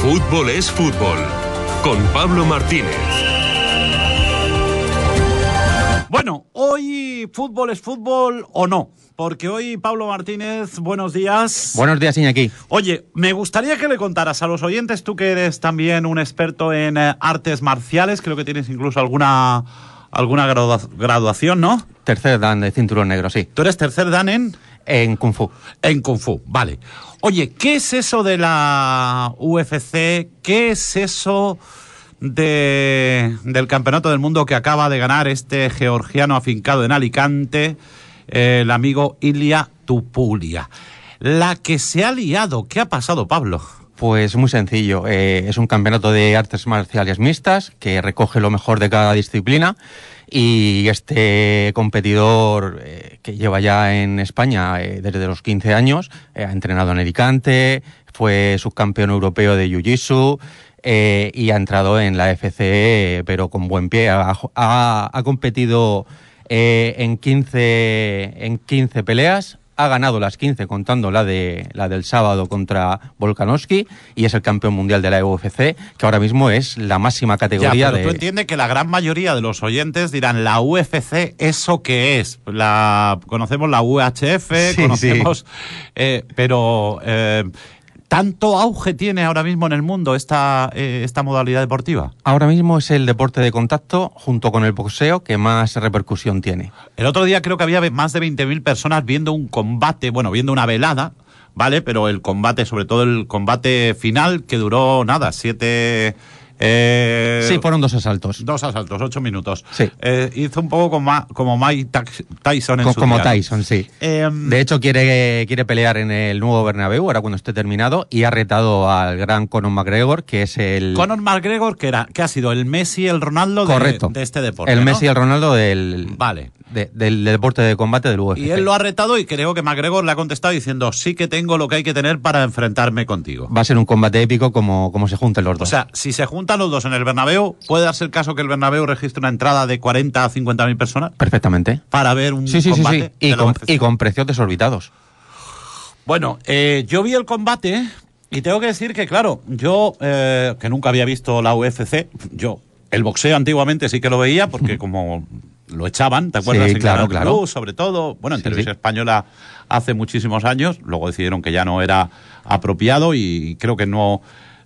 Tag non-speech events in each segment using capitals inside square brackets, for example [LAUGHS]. Fútbol es fútbol. Con Pablo Martínez. Bueno, hoy fútbol es fútbol o no. Porque hoy Pablo Martínez, buenos días. Buenos días, Iñaki. Oye, me gustaría que le contaras a los oyentes, tú que eres también un experto en eh, artes marciales, creo que tienes incluso alguna, alguna gradua- graduación, ¿no? Tercer dan de cinturón negro, sí. Tú eres tercer dan en, En Kung Fu. en Kung Fu, vale. Oye, ¿qué es eso de la UFC? ¿Qué es eso de, del Campeonato del Mundo que acaba de ganar este georgiano afincado en Alicante, eh, el amigo Ilia Tupulia? La que se ha liado, ¿qué ha pasado, Pablo? Pues muy sencillo. eh, es un campeonato de artes marciales mixtas que recoge lo mejor de cada disciplina. Y este competidor eh, que lleva ya en España eh, desde los 15 años eh, ha entrenado en Alicante, fue subcampeón europeo de Jiu-Jitsu. eh, y ha entrado en la FCE, pero con buen pie. Ha, ha- ha competido eh, en, 15, en 15 peleas, ha ganado las 15 contando la, de, la del sábado contra Volkanovski y es el campeón mundial de la UFC, que ahora mismo es la máxima categoría Ya, pero tú de... entiendes que la gran mayoría de los oyentes dirán la UFC, ¿eso qué es? La conocemos la UHF, Sí, conocemos, eh, pero eh, tanto auge tiene ahora mismo en el mundo esta eh, esta modalidad deportiva. Ahora mismo es el deporte de contacto, junto con el boxeo, que más repercusión tiene. El otro día creo que había más de 20.000 personas viendo un combate, bueno, viendo una velada, ¿vale? Pero el combate, sobre todo el combate final, que duró nada, siete. eh, sí, fueron dos asaltos. Dos asaltos, ocho minutos. Sí. Eh, hizo un poco como, Ma- como Mike Tax- Tyson en Co- su como día, ¿no? Tyson, sí. Em, De hecho, quiere, quiere pelear en el nuevo Bernabéu, ahora cuando esté terminado, y ha retado al gran Conor McGregor, que es el... Conor McGregor, que, era, que ha sido el Messi, el Ronaldo de, correcto. de este deporte. El ¿no? Messi y el Ronaldo del... Vale. de- del, del deporte de combate del UFC. Y él lo ha retado y creo que McGregor le ha contestado diciendo, sí que tengo lo que hay que tener para enfrentarme contigo. Va a ser un combate épico como, como se junten los O dos. sea, si se juntan los dos en el Bernabéu, puede darse el caso que el Bernabéu registre una entrada de 40 a 50 mil personas Perfectamente. para ver un Sí, sí, sí, combate. sí. Y de la con, UFC. y con precios desorbitados. Bueno, eh, yo vi el combate y tengo que decir que, claro, yo eh, que nunca había visto la UFC, yo el boxeo antiguamente sí que lo veía porque como lo echaban, ¿te acuerdas? Sí, En claro, Canal claro. Plus, sobre todo, bueno, en Sí, televisión sí. española hace muchísimos años, luego decidieron que ya no era apropiado y creo que no...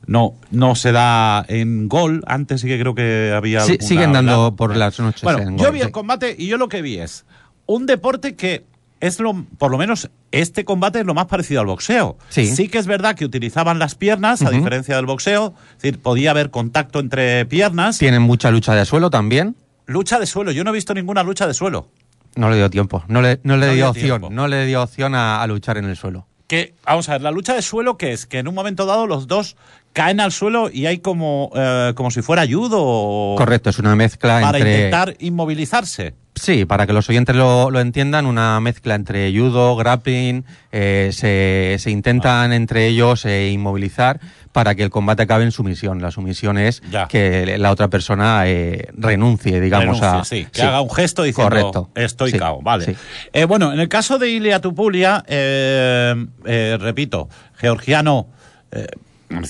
No, no se da en gol. Antes sí que creo que había. Sí, alguna- siguen dando por las noches Bueno, en yo gol, vi sí. el combate y yo lo que vi es un deporte que es lo, por lo menos este combate es lo más parecido al boxeo. Sí. que es verdad que utilizaban las piernas, a Ujú. diferencia del boxeo. Es decir, podía haber contacto entre piernas. Tienen mucha lucha de suelo también. Lucha de suelo. Yo no he visto ninguna lucha de suelo. No le dio tiempo. No le, no le No dio dio opción. tiempo. No le dio opción a, a luchar en el suelo. Que, vamos a ver, la lucha de suelo que es que en un momento dado los dos caen al suelo y hay como, eh, como si fuera ayudo o- Correcto, es una mezcla Oh. para entre. intentar inmovilizarse. Sí, para que los oyentes lo, lo entiendan, una mezcla entre judo, grappling, eh, se, se intentan entre ellos eh, inmovilizar para que el combate acabe en sumisión. La sumisión es Ya. que la otra persona eh, renuncie, digamos, Renuncie, a... sí, que haga un gesto diciendo Correcto. estoy Sí, cao, vale. sí. Eh, bueno, en el caso de Ilia Tupulia, eh, eh, repito, georgiano eh,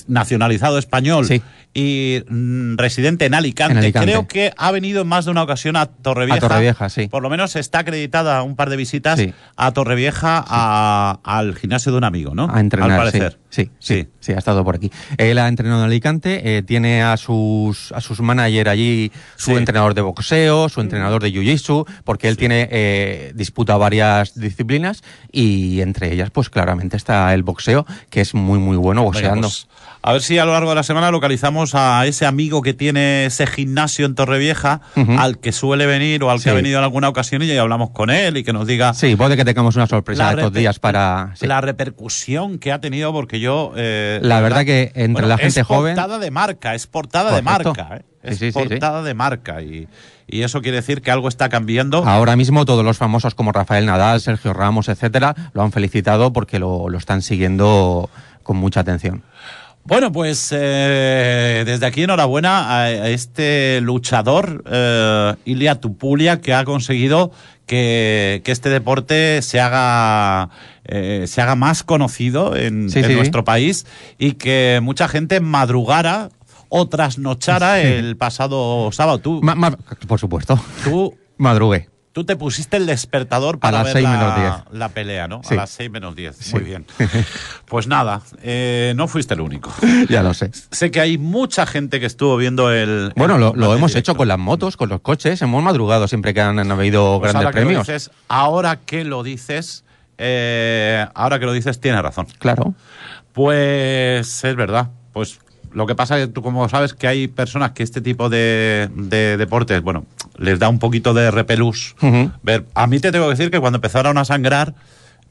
nacionalizado español Sí. y mm, residente en Alicante. En Alicante. creo que ha venido en más de una ocasión a Torrevieja. A Torrevieja, sí. Por lo menos está acreditada un par de visitas Sí. a Torrevieja a- al gimnasio de un amigo, ¿no? A entrenar, Al sí. parecer. Sí, sí, sí, ha estado por aquí. Él ha entrenado en Alicante, eh, tiene a sus a sus manager allí, su Sí. entrenador de boxeo, su entrenador de jiu-jitsu, porque él tiene eh, disputa varias disciplinas y entre ellas, pues claramente está el boxeo, que es muy muy bueno Venga, boxeando. pues, a ver si a lo largo de la semana localizamos a ese amigo que tiene ese gimnasio en Torrevieja, Ujú. al que suele venir o al que Sí. ha venido en alguna ocasión y ya hablamos con él y que nos diga Sí, puede que tengamos una sorpresa La estos repe- días para. sí. la repercusión que ha tenido, porque yo. eh, La verdad que entre la gente es joven- portada de marca, es portada Correcto. de marca. ¿eh? Sí, Es sí, sí, sí. portada de marca y, y eso quiere decir que algo está cambiando. Ahora mismo todos los famosos como Rafael Nadal, Sergio Ramos, etcétera, lo han felicitado porque lo, lo están siguiendo con mucha atención. Bueno, pues eh, desde aquí enhorabuena a, a este luchador, eh, Ilia Tupulia, que ha conseguido que, que este deporte se haga, eh, se haga más conocido en, Sí, en sí. nuestro país y que mucha gente madrugara o trasnochara el pasado sábado. Tú, Ma- ma- por supuesto, tú, madrugué. tú te pusiste el despertador para las ver seis la, menos diez. la pelea, ¿no? Sí. A las 6 menos 10. Sí. Muy [LAUGHS] bien. Pues nada, eh, no fuiste el único. Ya lo [LAUGHS] sé. Sé que hay mucha gente que estuvo viendo el. Bueno, el lo, lo combate hemos directo. hecho con las motos, con los coches, hemos madrugado siempre que han, han habido Pues grandes ahora que lo premios. dices- ahora que lo dices, eh, ahora que lo dices, tienes razón. Claro. Pues es verdad. Pues lo que pasa es que tú, como sabes, que hay personas que este tipo de, de deportes, bueno, les da un poquito de repelús. Ujú. Ver, a mí te tengo que decir que cuando empezaron a sangrar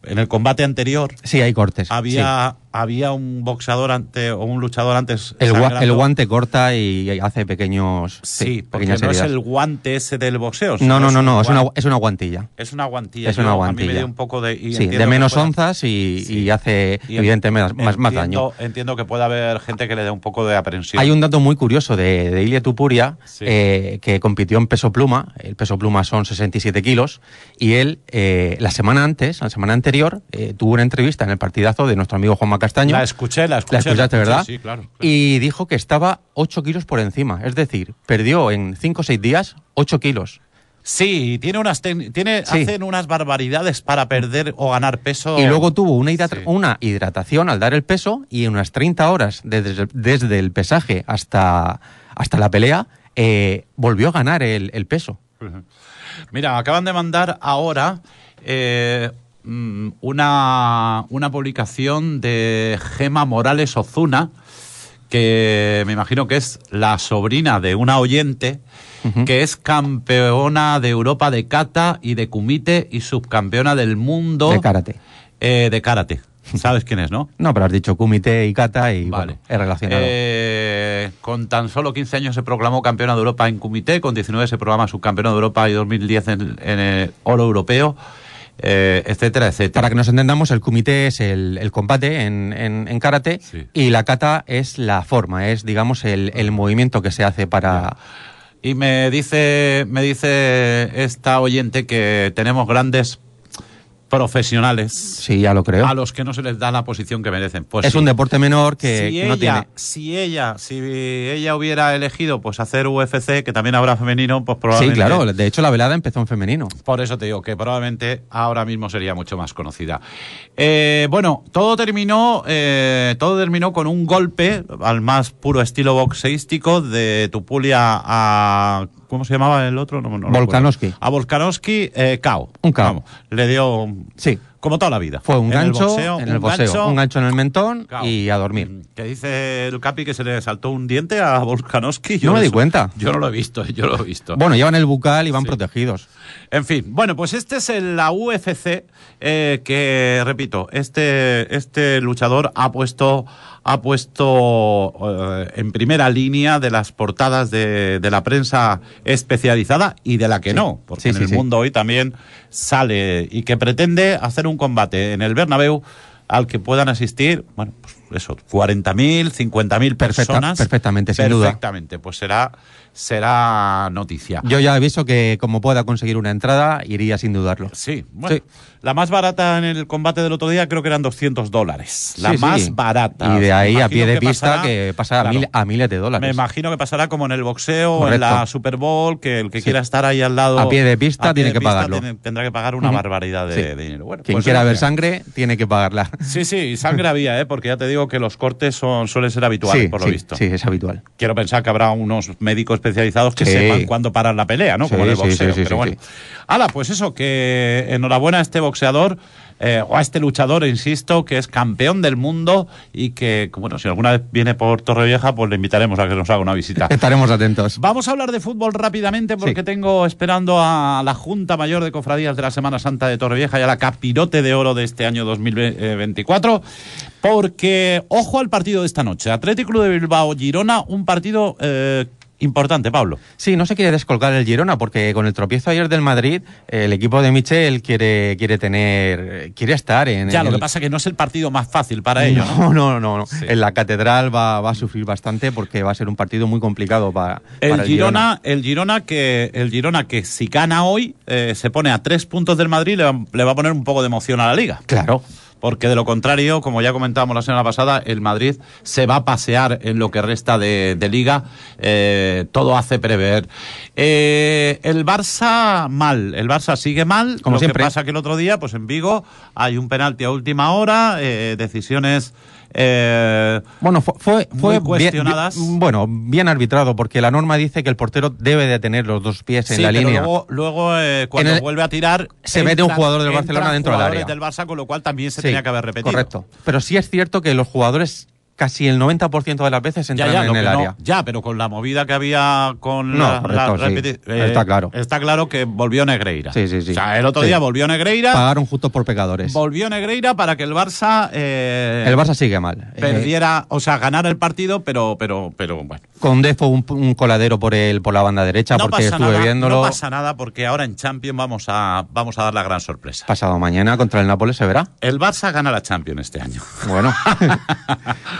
en el combate anterior, Sí, hay cortes. había, había un boxeador ante, o un luchador antes. sí. el, gua- el sangrando. guante corta y hace pequeños. Sí, porque no pequeñas es heridas. el guante ese del boxeo. sino No, no, es no, un no, es una, guan- es una guantilla. Es una guantilla. es una Yo- A mí me guantilla. dio un poco de. y Sí, entiendo de que menos pueda- onzas y, Sí. y hace, y en- evidentemente, más, más daño. entiendo- Entiendo que puede haber gente que le dé un poco de aprensión. Hay un dato muy curioso de, de Ilia Tupuria, Sí. eh, que compitió en peso pluma. El peso pluma son 67 kilos. Y él, eh, la semana antes, la semana anterior, eh, tuvo una entrevista en el partidazo de nuestro amigo Juanma Castaño. La escuché, la escuché. La escuchaste, escuché, ¿verdad? Sí, claro. claro. Y dijo que estaba 8 kilos por encima. Es decir, perdió en 5 o 6 días 8 kilos. Sí, tiene unas tec- tiene, Sí. hacen unas barbaridades para perder o ganar peso. Y luego tuvo una, hidrat- Oh. sí. una hidratación al dar el peso y en unas 30 horas desde, desde el pesaje hasta, hasta la pelea eh, volvió a ganar el, el peso. Mira, acaban de mandar ahora eh, mm, una, una publicación de Gema Morales Ozuna, que me imagino que es la sobrina de una oyente, que es campeona de Europa de kata y de kumite y subcampeona del mundo De karate. eh, de karate. ¿Sabes quién es, no? No, pero has dicho kumite y kata y bueno, es relacionado. Eh, con tan solo 15 años se proclamó campeona de Europa en Kumité, con 19 se programa subcampeona de Europa y 2010 en, en el oro europeo, eh, etcétera, etcétera. Para que nos entendamos, el kumite es el, el combate en, en- en karate Sí. y la kata es la forma, es digamos el, el movimiento que se hace para... Y me dice, me dice esta oyente que tenemos grandes profesionales Sí, ya lo creo. a los que no se les da la posición que merecen. Ah, Pues ¿Eh? es sí. un deporte menor que si que no ella, tiene... si ella, si ella hubiera elegido pues hacer UFC, que también habrá femenino, pues Sí, probablemente claro. De hecho, la velada empezó en femenino. Por eso te digo que probablemente ahora mismo sería mucho más conocida. Eh, bueno, todo terminó, eh, todo terminó con un golpe al más puro estilo boxeístico de Tupulia a ¿cómo se llamaba el otro? No, no recuerdo. Volkanovski. A Volkanovski, eh, KO. Un KO. Vamos, le dio un- Sí. como toda la vida. Fue un En el gancho boxeo, en el boxeo, un gancho en el mentón Cao. Mm, y a dormir. Que dice el Capi que se le saltó un diente a Volkanovski. No me di eso- cuenta. Yo no lo he visto, [LAUGHS] yo lo he visto. Bueno, llevan el bucal y van Sí. protegidos. En fin, bueno, pues este es el- la UFC eh, que, repito, este, este luchador ha puesto, ha puesto eh, en primera línea de las portadas de, de la prensa especializada y de la que Sí. no, porque Sí, en sí, el sí. mundo hoy también sale y que pretende hacer un combate en el Bernabéu al que puedan asistir, bueno, pues eso, 40.000, 50.000 Perfecta- personas. perfectamente, sin duda. Perfectamente, pues será, será noticia. Yo ya aviso que como pueda conseguir una entrada, iría sin dudarlo. Sí, bueno. Sí. La más barata en el combate del otro día creo que eran 200 dólares. La Sí, sí. más barata. Y O de sea, ahí me a pie imagino de que pista pasará- que pasa a, Claro. mil- a miles de Me dólares. imagino que pasará como en el boxeo, o en Correcto. la Super Bowl, que el que Sí. quiera estar ahí al lado. A pie de pista a pie tiene de que pagarlo. tiene- tendrá que pagar una Ujú. barbaridad de, Sí. de dinero. Bueno, Quien pues quiera oye, ver sangre tiene que [LAUGHS] pagarla. Sí, sí, sangre había, ¿eh? porque ya te digo que los cortes son, suelen ser habituales, sí, por lo sí, visto. sí, es habitual. Quiero pensar que habrá unos médicos especializados que Sí. sepan cuándo parar la pelea, ¿no? Sí, Como en el sí, boxeo. sí, sí, pero sí, bueno. sí. Hala, pues eso, que enhorabuena a este boxeador, eh, o a este luchador, insisto, que es campeón del mundo y que, bueno, si alguna vez viene por Torrevieja, pues le invitaremos a que nos haga una [LAUGHS] visita. Estaremos atentos. Vamos a hablar de fútbol rápidamente porque Sí. tengo esperando a la Junta Mayor de Cofradías de la Semana Santa de Torrevieja y a la Capirote de Oro de este año 2024. Porque, ojo al partido de esta noche, Atlético Club de Bilbao, Girona, un partido eh, importante, Pablo. Sí, no se quiere descolgar el Girona porque con el tropiezo ayer del Madrid, eh, el equipo de Michel quiere, quiere tener, eh, quiere estar en. Ya, en lo que el- pasa es que no es el partido más fácil para ellos, ¿no? [LAUGHS] No, no, no. no. Sí. En la catedral va, va a sufrir bastante porque va a ser un partido muy complicado para El, para Girona, el Girona que el Girona que si gana hoy eh, se pone a tres puntos del Madrid le va, le va a poner un poco de emoción a la liga. Claro. Porque de lo contrario, como ya comentábamos la semana pasada, el Madrid se va a pasear en lo que resta de, de liga. eh, todo hace prever. Eh, el Barça mal, el Barça sigue mal. Como lo siempre. Que pasa que el otro día, pues en Vigo, hay un penalti a última hora, eh, decisiones... eh, Bueno, fue, fue, Muy fue bien- cuestionadas. bien- bueno, bien arbitrado porque la norma dice que el portero debe de tener los dos pies en sí, la pero línea. luego, luego, eh, cuando En el- vuelve a tirar... se mete un jugador del entran Barcelona dentro del jugadores área. del Barça, con lo cual también se Sí, tenía que haber repetido. Correcto. Pero sí es cierto que los jugadores casi el 90% de las veces Ya, entran ya, lo en que el no- área. ya, pero con la movida que había con No, la, la correcto, sí. repeti- eh, Está claro. Está claro que volvió Negreira. Sí, sí, sí. O sea, el otro Sí. día volvió Negreira. Pagaron justos por pecadores. Volvió Negreira para que el Barça, eh, El Barça sigue mal. Eh, perdiera, o sea, ganara el partido, pero, pero, pero bueno. con Defo un, un coladero por el, por la banda derecha porque estuve nada, viéndolo. no pasa nada porque ahora en Champions vamos a, vamos a dar la gran sorpresa. Pasado mañana contra el Nápoles se verá. El Barça gana la Champions este año. [LAUGHS] Bueno,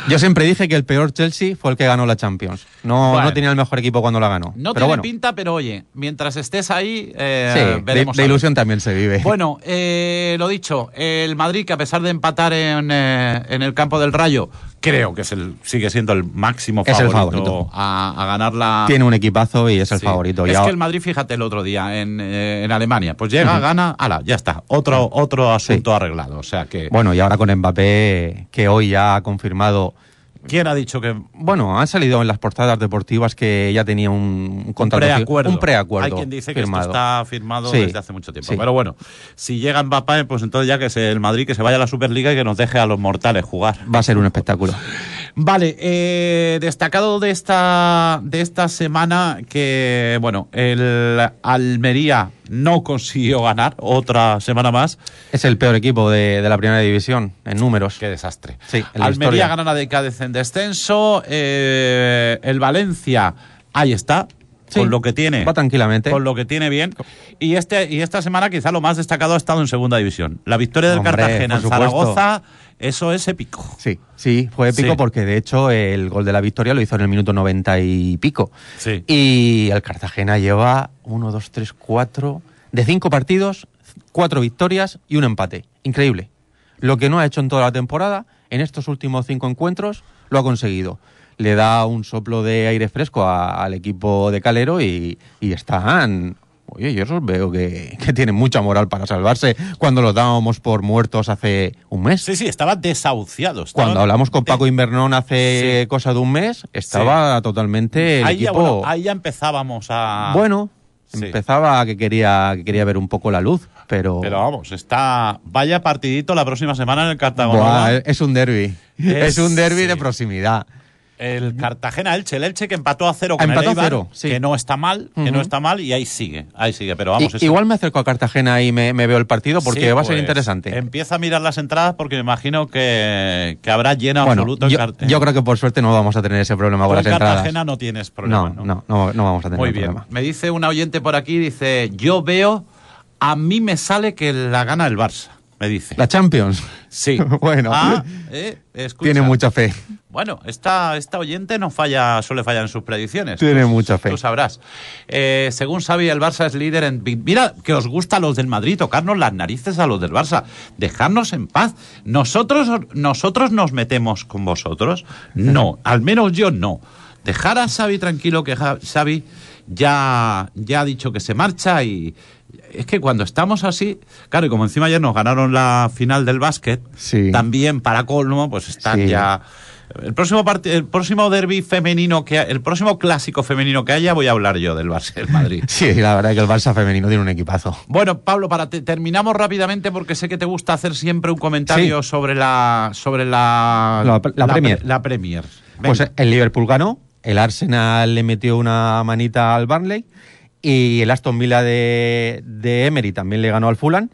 yo siempre dije que el peor Chelsea fue el que ganó la Champions. No, Bueno. no tenía el mejor equipo cuando la ganó. No pero tiene bueno, pinta, pero oye, mientras estés ahí, eh, sí, de- veremos. de, a ver. ilusión también se vive. Bueno, eh, lo dicho, el Madrid que a pesar de empatar en, eh, en el campo del Rayo, creo que es el, sigue siendo el máximo Es el favorito, favorito. A, a ganar la... [LAUGHS] Tiene un equipazo y es el Sí. favorito. Es Ya- que el Madrid, fíjate, el otro día en, eh, en Alemania, pues llega, gana, ala, ya está, otro, otro asunto arreglado. O sea que, Bueno, y ahora con Mbappé, que hoy ya ha confirmado ¿quién ha dicho que Bueno, han salido en las portadas deportivas que ya tenía un un contrato. fi- preacuerdo. Un preacuerdo. Hay quien dice que firmado. esto está firmado Sí, desde hace mucho tiempo. sí. Pero bueno, si llega Mbappé, pues entonces ya que se, el Madrid que se vaya a la Superliga y que nos deje a los mortales jugar. Va a ser un espectáculo. Vale, eh, destacado de esta, de esta semana que, bueno, el Almería no consiguió ganar otra semana más. Es el peor equipo de, de la primera división en números. Qué desastre. Sí, en la Almería historia. gana la Cádiz en descenso. eh, el Valencia, ahí está. Sí, con lo que tiene. va tranquilamente. Con lo que tiene bien. Y, este, y esta semana quizá lo más destacado ha estado en segunda división. La victoria del Hombre, Cartagena en por supuesto. Zaragoza, eso es épico. Sí, sí, fue épico Sí. porque de hecho el gol de la victoria lo hizo en el minuto 90 y pico. Sí. Y el Cartagena lleva 1, 2, 3, 4. De cinco partidos, cuatro victorias y un empate. Increíble. Lo que no ha hecho en toda la temporada, en estos últimos cinco encuentros, lo ha conseguido. Le da un soplo de aire fresco a- al equipo de Calero y, y están. Oye, yo esos veo que, que tienen mucha moral para salvarse cuando los dábamos por muertos hace un mes. Sí, sí, estaba desahuciado. estaba- Cuando hablamos eh, con Paco Invernón hace cosa de un mes, estaba totalmente el ahí, ya, equipo. bueno, ahí ya empezábamos a. Bueno, Sí. empezaba que quería, que quería ver un poco la luz, pero. Pero vamos, está. Vaya partidito la próxima semana en el Buah, eh, Cartagena. es un derby. Es- Es, un derby sí. de proximidad. El Cartagena Elche, el Elche que empató a cero con Empató el a Eibar, cero, sí. que no está mal, que Ujú. no está mal y ahí sigue, ahí sigue. Pero I- vamos, eso- igual me acerco a Cartagena y me, me veo el partido porque Sí, va a ser pues, interesante. Empieza a mirar las entradas porque me imagino que, que habrá lleno bueno, absoluto. en yo, Car- yo creo que por suerte no vamos a tener ese problema Tú con en las Cartagena entradas. no tienes problema. ¿no? no, no, no, no vamos a tener Muy un bien. problema. Me dice un oyente por aquí, dice, yo veo, a mí me sale que la gana el Barça, me dice. La Champions Sí. [LAUGHS] Bueno. Ah, eh, escucha. tiene mucha fe. [LAUGHS] Bueno, esta, esta oyente no falla, suele fallar en sus predicciones. Pues Tiene mucha fe. Tú sabrás. Eh, según Xavi, el Barça es líder en... vi- Mira, que os gusta a los del Madrid, tocarnos las narices a los del Barça, dejarnos en paz. Nosotros, nosotros nos metemos con vosotros. No, al menos yo no. Dejar a Xavi tranquilo, que Ja- Xavi ya, ya ha dicho que se marcha y... Es que cuando estamos así, claro, y como encima ayer nos ganaron la final del básquet, Sí. también para colmo, pues están Sí. ya el próximo part- el próximo derby femenino que ha- el próximo clásico femenino que haya voy a hablar yo del Barça del [LAUGHS] Madrid. Sí, la verdad es que el Barça femenino tiene un equipazo. Bueno, Pablo, para te- terminamos rápidamente porque sé que te gusta hacer siempre un comentario sobre la sobre la La- la Premier. pre- la Premier. Venga. Pues el Liverpool ganó, el Arsenal le metió una manita al Barnley y el Aston Villa de, de Emery también le ganó al Fulham.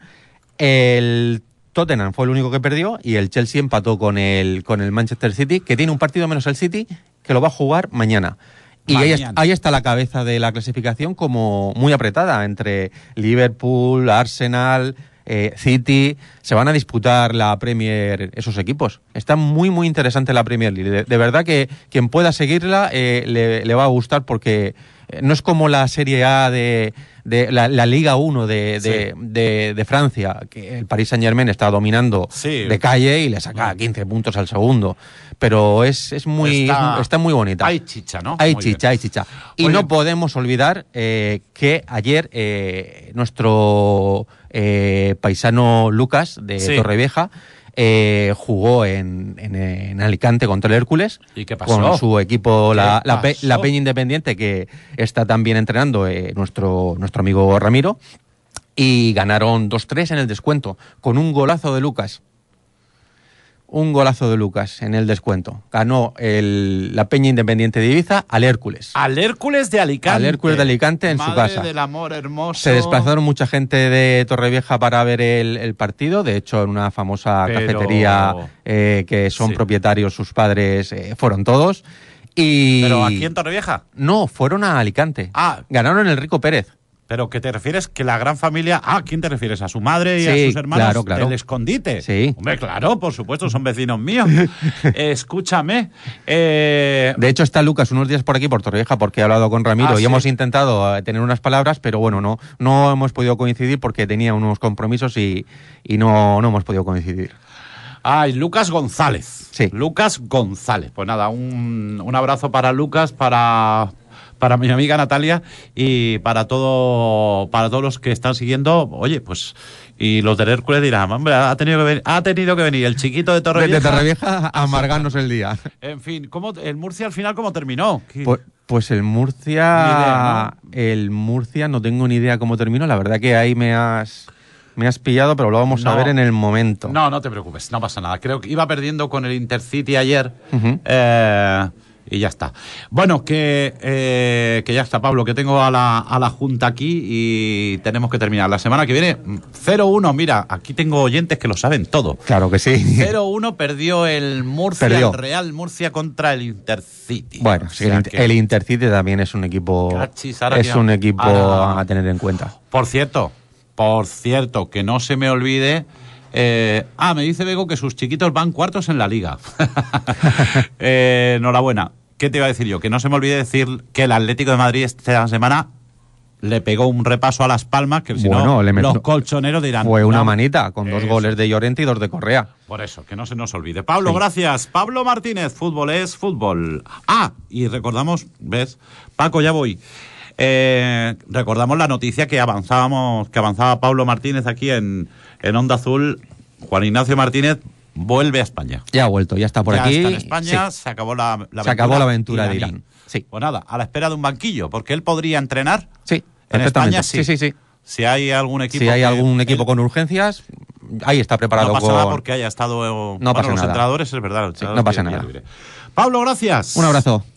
El Tottenham fue el único que perdió y el Chelsea empató con el, con el Manchester City, que tiene un partido menos el City, que lo va a jugar mañana. Y ahí, est- Mañana. ahí está la cabeza de la clasificación como muy apretada entre Liverpool, Arsenal, eh, City. Se van a disputar la Premier esos equipos. Está muy, muy interesante la Premier League. De, de verdad que quien pueda seguirla eh, le, le va a gustar porque eh, no es como la Serie A de, de la, la Liga 1 de, de- de- de Francia, que el Paris Saint-Germain está dominando Sí. de calle y le saca 15 puntos al segundo. Pero es, es muy, es Está- mu- está muy bonita. Hay chicha, ¿no? Hay Muy bien. chicha, hay chicha. Y Oye- no podemos olvidar eh, que ayer eh, nuestro eh, paisano Lucas de Sí. Torrevieja eh, jugó en, en- en Alicante contra el Hércules. ¿Y qué pasó? Con su equipo, la, ¿Qué la, Pe- la pasó? Peña Independiente, que está también entrenando eh, nuestro, nuestro amigo Ramiro. Y ganaron 2-3 en el descuento, con un golazo de Lucas. Un golazo de Lucas en el descuento. Ganó el- la Peña Independiente de Ibiza al Hércules. Al Hércules de Alicante. Al Hércules de Alicante en su Madre casa. del amor hermoso. Se desplazaron mucha gente de Torrevieja para ver el, el partido, de hecho en una famosa Pero- cafetería eh, que son Sí. propietarios sus padres, eh, fueron todos. Y Pero aquí en Torrevieja. No, fueron a Alicante. Ah. Ganaron el Rico Pérez. Pero que te refieres que la gran familia. Ah, ¿a quién te refieres? ¿A su madre y a Sí, sus hermanos claro, claro. del escondite? Sí. Hombre, claro, por supuesto, son vecinos [LAUGHS] míos. Eh, escúchame. eh, De hecho está Lucas unos días por aquí, por Torrevieja, porque he hablado con Ramiro Ah, y sí. hemos intentado eh, tener unas palabras, pero bueno, no, no hemos podido coincidir porque tenía unos compromisos y, y no, no hemos podido coincidir. Ay, Lucas González. Sí. Lucas González. Pues nada, un, un abrazo para Lucas, para, para mi amiga Natalia y para todo, para todos los que están siguiendo. Oye, pues. Y los del Hércules dirán, hombre, ha tenido que venir, ha tenido que venir el chiquito de Torrevieja. Desde Torrevieja a amargarnos el día. En fin, ¿cómo, el Murcia al final cómo terminó? ¿Qué- Pues, pues el Murcia. Ni idea, El Murcia, no tengo ni idea cómo termino. La verdad que ahí me has, me has pillado, pero lo vamos No. a ver en el momento. No, no te preocupes, no pasa nada. Creo que iba perdiendo con el Intercity ayer. Ujú. eh, y ya está. Bueno, que, eh, que ya está, Pablo, que tengo a la, a la Junta aquí y tenemos que terminar. La semana que viene, mm, 0-1, mira, aquí tengo oyentes que lo saben [LAUGHS] todo. Claro que sí. 0-1 perdió el Murcia, Perdió. el Real Murcia contra el Intercity. Bueno, O sí, sea el, que- el Intercity también es un equipo. Cachis, ahora es ya- Ah, un equipo ahora- a tener en cuenta. Por cierto, por cierto, que no se me olvide. eh, ah, me dice Bego que sus chiquitos van cuartos en la liga. [LAUGHS] Eh, enhorabuena. ¿Qué te iba a decir yo? Que no se me olvide decir que el Atlético de Madrid esta semana le pegó un repaso a Las Palmas, que si Bueno, no, le metió- los colchoneros dirán. Fue una "No". manita con dos Eso. goles de Llorente y dos de Correa. Por eso, que no se nos olvide. Pablo, gracias. Pablo Martínez, fútbol es fútbol. Ah, y recordamos, ¿ves? Paco, ya voy. Eh, recordamos la noticia que avanzábamos, que avanzaba Pablo Martínez aquí en, en Onda Azul. Juan Ignacio Martínez vuelve a España. Ya ha vuelto, ya está por Ya aquí. está en España, Sí. se acabó la, la Se acabó la aventura de iraní. Irán. Sí. Pues nada, a la espera de un banquillo, porque él podría entrenar. Sí, en perfectamente. España sí. Sí, sí, sí. Si hay algún equipo. Si hay que- algún él- equipo con urgencias, ahí está preparado no pasa nada con- porque haya estado. eh, No bueno, pasa los nada. entrenadores, es verdad. los Sí, no entrenadores pasa tienen nada. día libre. Pablo, gracias. Un abrazo.